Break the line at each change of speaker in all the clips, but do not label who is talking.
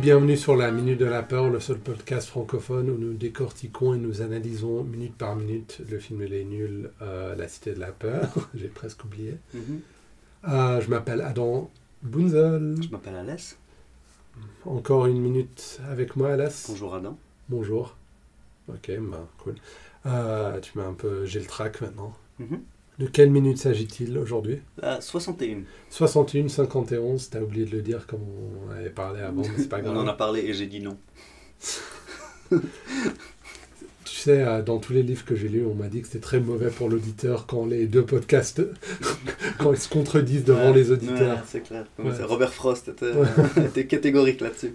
bienvenue sur la Minute de la Peur, le seul podcast francophone où nous décortiquons et nous analysons minute par minute le film Les Nuls, euh, La Cité de la Peur. J'ai presque oublié.
Mhm.
Euh, je m'appelle Adam Bunzel.
Je m'appelle Alès.
Encore une minute avec moi, Alas.
Bonjour Adam.
Bonjour. Ok, bah, cool. Euh, tu m'as un peu. J'ai le track maintenant.
Mhm.
De quelle minute s'agit-il aujourd'hui
La 61.
61, 51, t'as oublié de le dire comme on avait parlé avant, mais Ah c'est pas grave.
On en a parlé et j'ai dit non.
Tu sais, euh, dans tous les livres que j'ai lus, on m'a dit que c'était très mauvais pour l'auditeur quand les deux podcasts, quand ils se contredisent devant
Ouais,
les auditeurs.
ouais, c'est clair.
Ouais.
C'est Robert Frost était,
Ouais.
était catégorique là-dessus.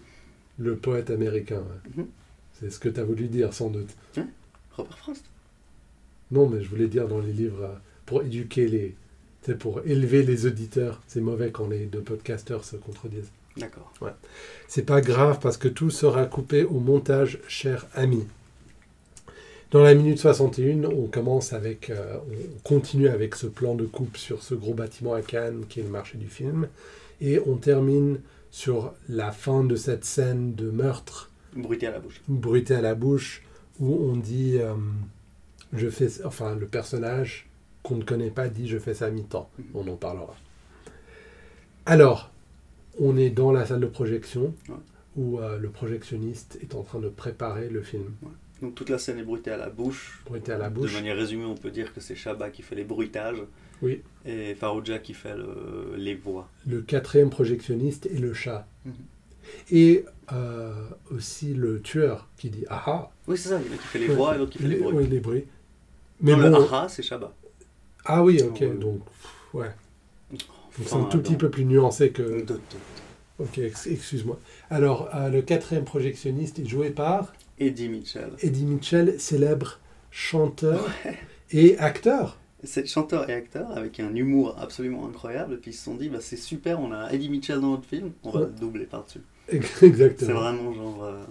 Le poète américain, ouais.
Mhm.
c'est ce que t'as voulu dire sans doute.
Robert Frost
Non, mais je voulais dire dans les livres, euh, pour éduquer les... tu sais, pour élever les auditeurs, c'est mauvais quand les deux podcasteurs se contredisent.
D'accord.
C'est pas grave parce que tout sera coupé au montage, cher ami. Dans la minute 61, on commence avec, euh, on continue avec ce plan de coupe sur ce gros bâtiment à Cannes qui est le marché du film, et on termine sur la fin de cette scène de meurtre
Bruité à la bouche.
bruité à la bouche où on dit, euh, je fais, enfin le personnage qu'on ne connaît pas dit je fais ça à mi-temps.
Mm-hmm.
On en parlera. Alors, on est dans la salle de projection
Ouais.
où euh, le projectionniste est en train de préparer le film.
Donc toute la scène est bruitée à la bouche.
Bruité à la bouche.
De manière résumée, on peut dire que c'est Shabba qui fait les bruitages.
Oui.
Et Farouja qui fait le- les voix.
Le quatrième projectionniste est le chat.
Mhm.
Et euh, aussi le tueur qui dit ah ah
Oui, c'est ça. Il y en a qui fait les voix et l'autre qui fait les,
Les-
bruits.
ouais, les bruits. Mais
Non,
bon,
le aha, c'est Shabba.
ah oui, ok,
Ouais.
donc pff, ouais. Donc, c'est
Enfin,
un tout petit
Adam.
peu plus nuancé que.
De- de-
Ok, ex- excuse-moi. Alors, euh, le quatrième projectionniste est joué par
Eddie Mitchell.
Eddie Mitchell, célèbre chanteur et acteur.
C'est chanteur et acteur avec un humour absolument incroyable. Et puis ils se sont dit, bah, c'est super, on a Eddie Mitchell dans notre film, on va
Ouais.
le doubler par-dessus. C'est
Exactement.
vraiment genre euh,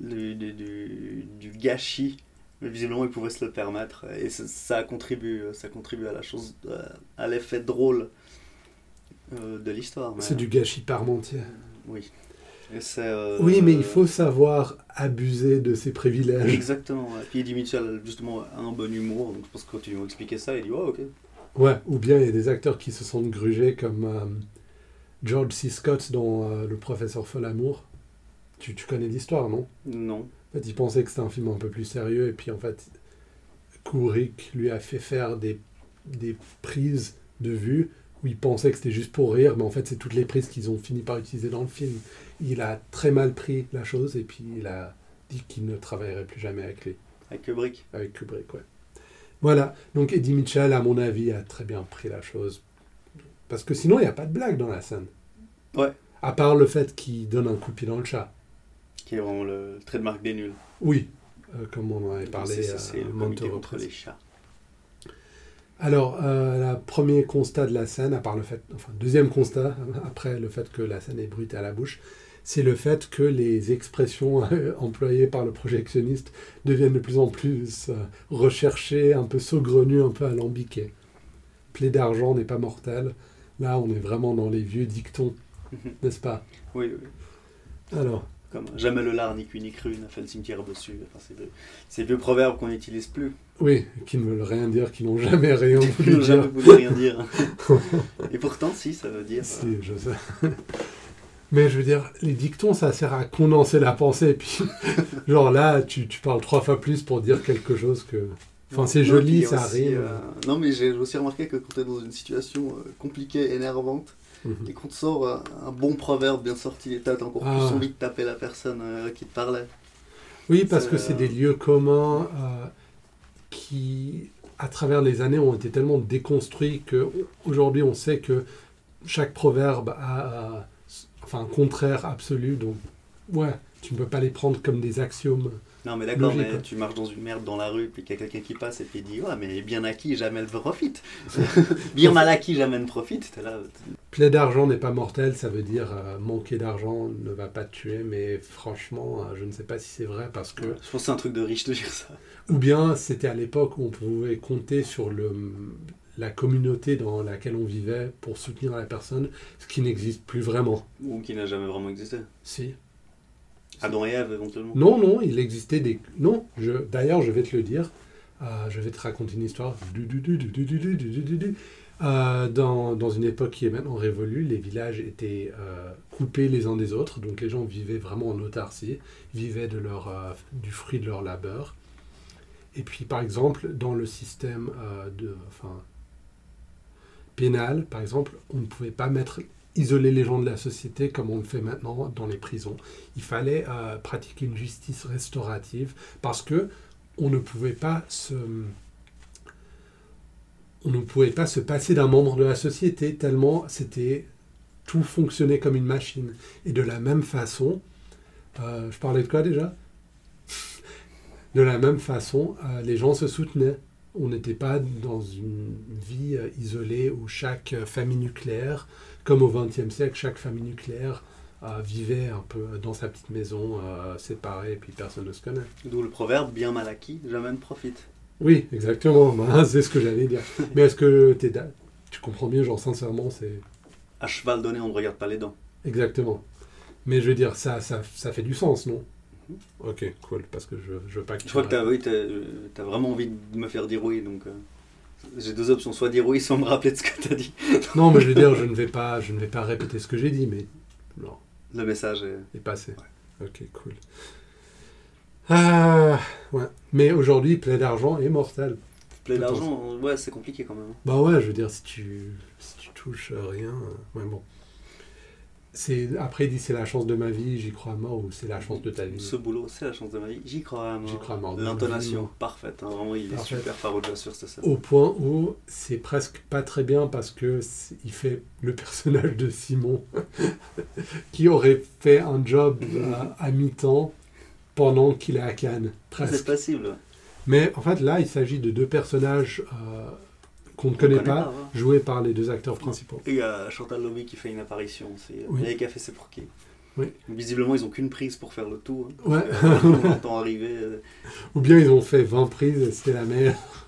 du, du- du- du gâchis. Mais visiblement, ils pouvaient se le permettre. Et ça, ça contribue, ça contribue à la chose, euh, à l'effet drôle euh, de l'histoire. mais-
C'est du gâchis parmentier.
Oui. Et c'est, euh,
Oui, mais il faut savoir abuser de ses privilèges.
Exactement. Et puis Eddie Mitchell, justement, a un bon humour. Donc je pense que quand ils lui ont expliqué ça, il dit, ouais, ok.
Ouais, ou bien il y a des acteurs qui se sentent grugés comme euh, George C. Scott dans euh, Le professeur Folamour. Tu, tu connais l'histoire, non
Non.
En fait, il pensait que c'était un film un peu plus sérieux, et puis en fait, Kubrick lui a fait faire des, des prises de vue où il pensait que c'était juste pour rire, mais en fait, c'est toutes les prises qu'ils ont fini par utiliser dans le film. Il a très mal pris la chose, et puis il a dit qu'il ne travaillerait plus jamais avec lui,
Avec Kubrick.
avec Kubrick, ouais. Voilà, donc Eddie Mitchell, à mon avis, a très bien pris la chose. Parce que sinon, il n'y a pas de blague dans la scène.
Ouais.
À part le fait qu'il donne un coup de pied dans le chat.
qui est vraiment le le trademark des nuls.
Oui, euh, comme on en avait
C'est-
parlé
c'est-
à
c'est le
maintes
comité contre
reprises.
les chats.
Alors, euh, le premier constat de la scène, à part le fait, enfin, deuxième constat, après le fait que la scène est brute à la bouche, c'est le fait que les expressions euh, employées par le projectionniste deviennent de plus en plus euh, recherchées, un peu saugrenues, un peu alambiquées. Plaie d'argent n'est pas mortelle. Là, on est vraiment dans les vieux dictons,
Mhm.
n'est-ce pas
Oui, oui.
Alors,
Comme euh, jamais le lard ni cuit ni cru n'a fait le cimetière bossu. Enfin, c'est vieux- ces vieux proverbes qu'on n'utilise plus,
oui, qui ne veulent rien dire, qui n'ont jamais rien
qui
voulu
n'ont
dire.
jamais voulu rien dire. Et pourtant, si, ça veut dire. euh,
Si, je sais. Mais je veux dire, les dictons, ça sert à condenser la pensée. Et puis, genre là, tu, tu parles trois fois plus pour dire quelque chose que. Enfin, c'est
non, puis il
joli,
y a
ça
aussi,
arrive.
euh, Non, mais j'ai j'ai aussi remarqué que quand tu es dans une situation euh, compliquée, énervante,
Mhm.
et qu'on te sort euh, un bon proverbe bien sorti, et t'as t'as encore
Ah.
plus envie de taper la personne euh, qui te parlait.
Oui, parce
c'est,
que c'est
euh,
des lieux communs euh, qui, à travers les années, ont été tellement déconstruits que aujourd'hui, on sait que chaque proverbe a euh, s- enfin, un contraire absolu. Donc, ouais, tu ne peux pas les prendre comme des axiomes.
Non, mais d'accord,
Logique,
mais
quoi.
tu marches dans une merde dans la rue, puis qu'il y a quelqu'un qui passe et puis il dit Ouais, mais bien acquis, jamais ne profite. bien mal acquis, jamais ne profite. T'es là. t'es-
Plaie d'argent n'est pas mortelle, ça veut dire euh, manquer d'argent ne va pas te tuer, mais franchement, euh, je ne sais pas si c'est vrai parce que.
Je pense que c'est un truc de riche de dire ça.
Ou bien c'était à l'époque où on pouvait compter sur le, la communauté dans laquelle on vivait pour soutenir la personne, ce qui n'existe plus vraiment.
Ou qui n'a jamais vraiment existé.
Si.
Adam et Ah, Ève, éventuellement.
Non, non, il existait des. Non, je... d'ailleurs, je vais te le dire. Euh, je vais te raconter une histoire. Du, du, du, du, du, du, du, du, du, du. Euh, dans, dans une époque qui est maintenant révolue, les villages étaient euh, coupés les uns des autres, donc les gens vivaient vraiment en autarcie, vivaient de leur, euh, du fruit de leur labeur. Et puis, par exemple, dans le système euh, de, enfin, pénal, par exemple, on ne pouvait pas mettre isoler les gens de la société comme on le fait maintenant dans les prisons. Il fallait euh, pratiquer une justice restaurative parce que on ne pouvait pas se on ne pouvait pas se passer d'un membre de la société tellement c'était tout fonctionnait comme une machine. Et de la même façon, euh, je parlais de quoi déjà De la même façon, euh, les gens se soutenaient. On n'était pas dans une vie euh, isolée où chaque euh, famille nucléaire, comme au XXe siècle, chaque famille nucléaire euh, vivait un peu dans sa petite maison euh, séparée et puis personne ne se connaît.
D'où le proverbe bien mal acquis, jamais ne profite.
Oui, exactement. Ben, c'est ce que j'allais dire. Mais est-ce que t'es da- tu comprends bien, genre sincèrement, c'est
À cheval donné, on ne regarde pas les dents.
exactement. Mais je veux dire, ça, ça, ça fait du sens, non Ok, cool, parce que je, je veux pas que
Je
tu
crois que
m'arrêtes.
t'as oui, t'as- euh, t'as vraiment envie de me faire dire oui, donc euh, j'ai deux options, soit dire oui sans me rappeler de ce que t'as dit.
Non, mais je veux dire, je ne vais pas, je ne vais pas répéter ce que j'ai dit, mais non,
Le message est...
est passé. Ok, cool. Ah, ouais. Mais aujourd'hui, plein d'argent est mortel.
Plein
Attends.
d'argent, on- ouais, c'est compliqué quand même. hein.
Bah ouais, je veux dire, si tu, si tu touches euh, rien, euh, ouais, bon. C'est, après, il dit c'est la chance de ma vie, j'y crois à mort, ou c'est la chance de ta vie.
Ce boulot, c'est la chance de ma vie. J'y crois à mort.
J'y crois à mort.
L'intonation, parfaite. hein, vraiment, il est
Parfait.
super Faroja sur ce scène.
Au point où c'est presque pas très bien parce que c'est- il fait le personnage de Simon qui aurait fait un job euh, à mi-temps pendant qu'il est à Cannes,
C'est
presque.
possible.
Mais en fait, là, il s'agit de deux personnages euh, qu'on ne connaît,
connaît
pas,
pas, ouais.
joués par les deux acteurs principaux.
Et il y a Chantal Lobby qui fait une apparition aussi.
Oui.
Et les cafés, c'est pour qui
Oui.
Visiblement, ils ont qu'une prise pour faire le tout. hein.
Ouais.
Euh, on l'entend arriver. euh,
Ou bien ils ont fait 20 prises et c'était la meilleure.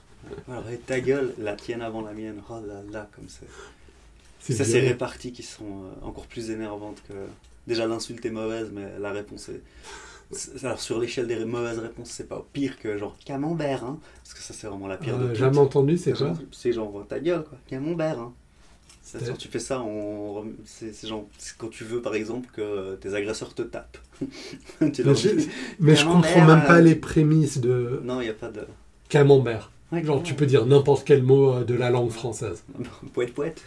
Alors, et ta gueule, la tienne avant la mienne. Oh là là, comme c'est.
C'est
Ça,
bien.
c'est réparties qui sont euh, encore plus énervantes que. Déjà, l'insulte est mauvaise, mais la réponse est. c'est- Alors, sur l'échelle des mauvaises réponses, c'est pas pire que genre camembert, hein. Parce que ça, c'est vraiment la pire
Euh,
de toutes.
jamais entendu, c'est quoi
C'est genre ta gueule, quoi. Camembert, hein. Ça,
C'est-
quand tu fais ça, on... rem- c'est c'est genre c'est quand tu veux, par exemple, que tes agresseurs te tapent. Tu leur
Mais je,
dis-
mais je
Camembert,
comprends même pas
euh,
les prémices de
Non, il n'y a pas de.
camembert.
Ouais,
Genre, tu
camembert.
peux dire n'importe quel mot euh, de la langue française.
Poète, poète.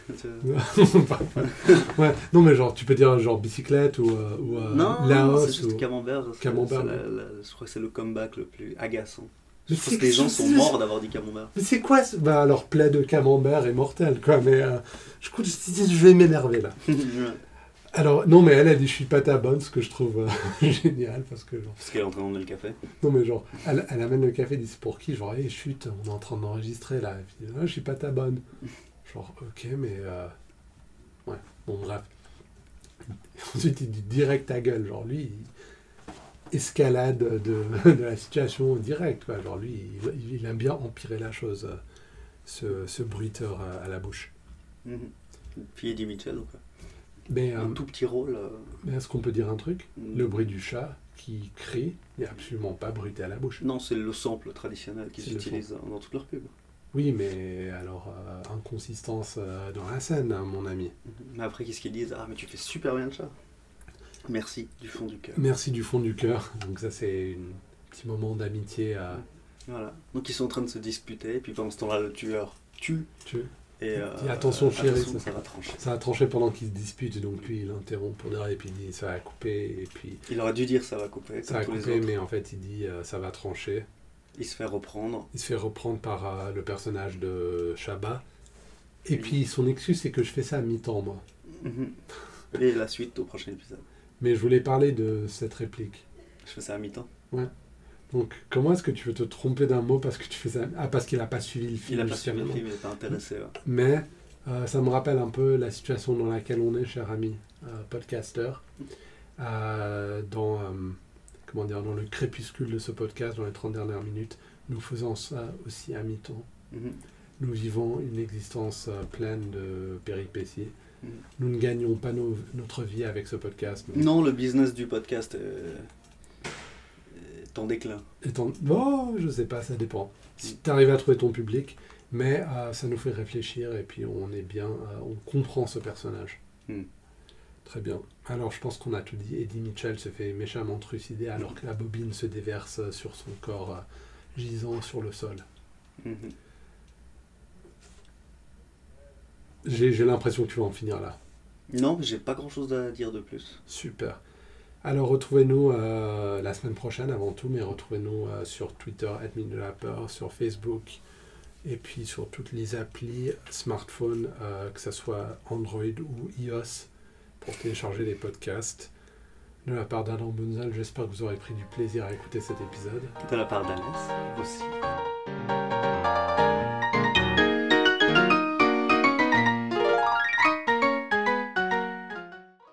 ouais. Non, mais genre, tu peux dire genre bicyclette ou, euh, ou euh,
non, c'est
Laos.
juste
Ou...
camembert. c'est-
Camembert,
c'est la- la- je crois que c'est le comeback le plus agaçant.
Mais
Je pense
c'est-
que les gens sont
c'est-
morts d'avoir dit camembert.
Mais c'est quoi ce... Bah alors, plaid de camembert est mortel, quoi. Mais euh, je, crois que je je vais m'énerver là.
Parce
Alors, non, mais elle a dit je suis pas ta bonne, ce que je trouve euh, génial parce que genre.
qu'elle est en train d'emmener le café.
Non mais genre, elle, elle amène le café, elle dit c'est pour qui Genre, hey, chut, on est en train d'enregistrer là. Et puis, Ah, je suis pas ta bonne. Genre, ok, mais... euh, Ouais, bon bref. Ensuite, il dit direct ta gueule. Genre, lui, il escalade de, de la situation direct. Quoi. Genre, lui, il, il aime bien empirer la chose, euh, ce, ce bruiteur euh, à la bouche.
Mhm. Puis Eddie Mitchell, ou quoi.
Mais, euh,
Un tout petit rôle. euh,
mais est-ce qu'on peut dire un truc Le bruit du chat qui crie n'est absolument pas bruité à la bouche.
Non, c'est le sample traditionnel
C'est
qu'ils
le
utilisent dans, dans toutes leurs pubs.
Oui, mais alors, euh, inconsistance euh, dans la scène, hein, mon ami.
Mais après, qu'est-ce qu'ils disent Ah, mais tu fais super bien le chat. Merci, du fond du cœur.
Merci du fond du cœur. Donc ça, c'est un petit moment d'amitié euh, à...
Voilà. Donc ils sont en train de se disputer, puis pendant ce temps-là, le tueur tue.
Tu...
Et euh,
Dis attention, chérie,
attention,
ça-
ça, va trancher.
Ça a tranché pendant qu'ils se disputent, donc lui, il interrompt pour dire, et puis il dit, ça va couper, et puis
Il aurait dû dire ça va couper, comme
ça va
tous les
couper,
autres.
mais en fait, il dit, euh, ça va trancher.
Il se fait reprendre.
Il se fait reprendre par euh, le personnage de Shabba. Et
Oui.
puis, son excuse, c'est que je fais ça à mi-temps, moi.
Mhm. Et la suite au prochain épisode.
Mais je voulais parler de cette réplique.
Je fais ça à mi-temps.
Donc, comment est-ce que tu veux te tromper d'un mot parce que tu fais ça... Ah, parce qu'il n'a pas suivi le film.
Il a pas suivi le
justement.
film, il est pas intéressé. ouais.
Mais euh, ça me rappelle un peu la situation dans laquelle on est, cher ami euh, podcaster, Euh, dans, euh, comment dire, dans le crépuscule de ce podcast, dans les 30 dernières minutes. Nous faisons ça aussi à mi-temps.
Mhm.
Nous vivons une existence euh, pleine de péripéties.
Mhm.
Nous ne gagnons pas nos- notre vie avec ce podcast. mais-
Non, le business du podcast, euh, est en déclin.
est en- Oh, je sais pas, ça dépend. Si tu arrives à trouver ton public, mais euh, ça nous fait réfléchir et puis on est bien, euh, on comprend ce personnage.
Hmm.
Très bien. Alors je pense qu'on a tout dit. Eddie Mitchell se fait méchamment trucider alors que la bobine se déverse sur son corps euh, gisant sur le sol.
Mhm.
J'ai j'ai l'impression que tu vas en finir là.
Non, j'ai pas grand chose à dire de plus.
Super. Alors retrouvez-nous euh, la semaine prochaine avant tout, mais retrouvez-nous euh, sur Twitter, admin de la peur, sur Facebook, et puis sur toutes les applis smartphone, euh, que ce soit Android ou iOS, pour télécharger les podcasts. De la part d'Adam Bunzel, j'espère que vous aurez pris du plaisir à écouter cet épisode.
De la part d'Alès aussi.